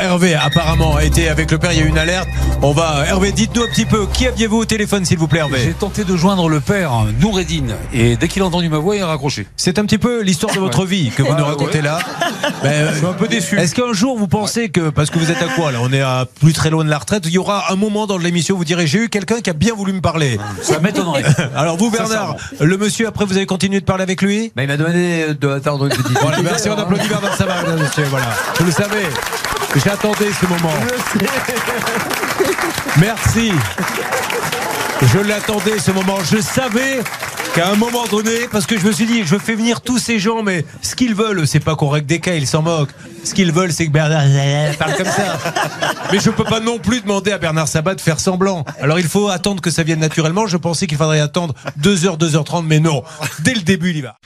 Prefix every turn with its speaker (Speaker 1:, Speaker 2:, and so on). Speaker 1: Hervé, apparemment, a été avec le père. Il y a eu une alerte. On va. Hervé, dites-nous un petit peu. Qui aviez-vous au téléphone, s'il vous plaît, Hervé
Speaker 2: J'ai tenté de joindre le père, Noureddine, et dès qu'il a entendu ma voix, il a raccroché.
Speaker 1: C'est un petit peu l'histoire de votre vie que vous nous racontez là. Mais, euh,
Speaker 2: Je suis un peu déçu.
Speaker 1: Est-ce qu'un jour vous pensez que, parce que vous êtes à quoi là On est à plus très loin de la retraite. Il y aura un moment dans l'émission où vous direz j'ai eu quelqu'un qui a bien voulu me parler.
Speaker 2: Ça m'étonnerait.
Speaker 1: Alors vous Bernard, le monsieur après vous avez continué de parler avec lui
Speaker 3: Bah, il m'a demandé de attendre une petite
Speaker 1: Voilà, merci, on
Speaker 3: heure, hein.
Speaker 1: applaudit Bernard Sabat, mesdames et messieurs, voilà. Vous le savez, j'attendais ce moment. Merci. Je l'attendais ce moment. Je savais qu'à un moment donné, parce que je me suis dit, je fais venir tous ces gens, mais ce qu'ils veulent, c'est pas qu'on règle des cas, ils s'en moquent. Ce qu'ils veulent, c'est que Bernard Sabat parle comme ça. Mais je peux pas non plus demander à Bernard Sabat de faire semblant. Alors il faut attendre que ça vienne naturellement. Je pensais qu'il faudrait attendre 2h, 2h30, mais non. Dès le début, il y va.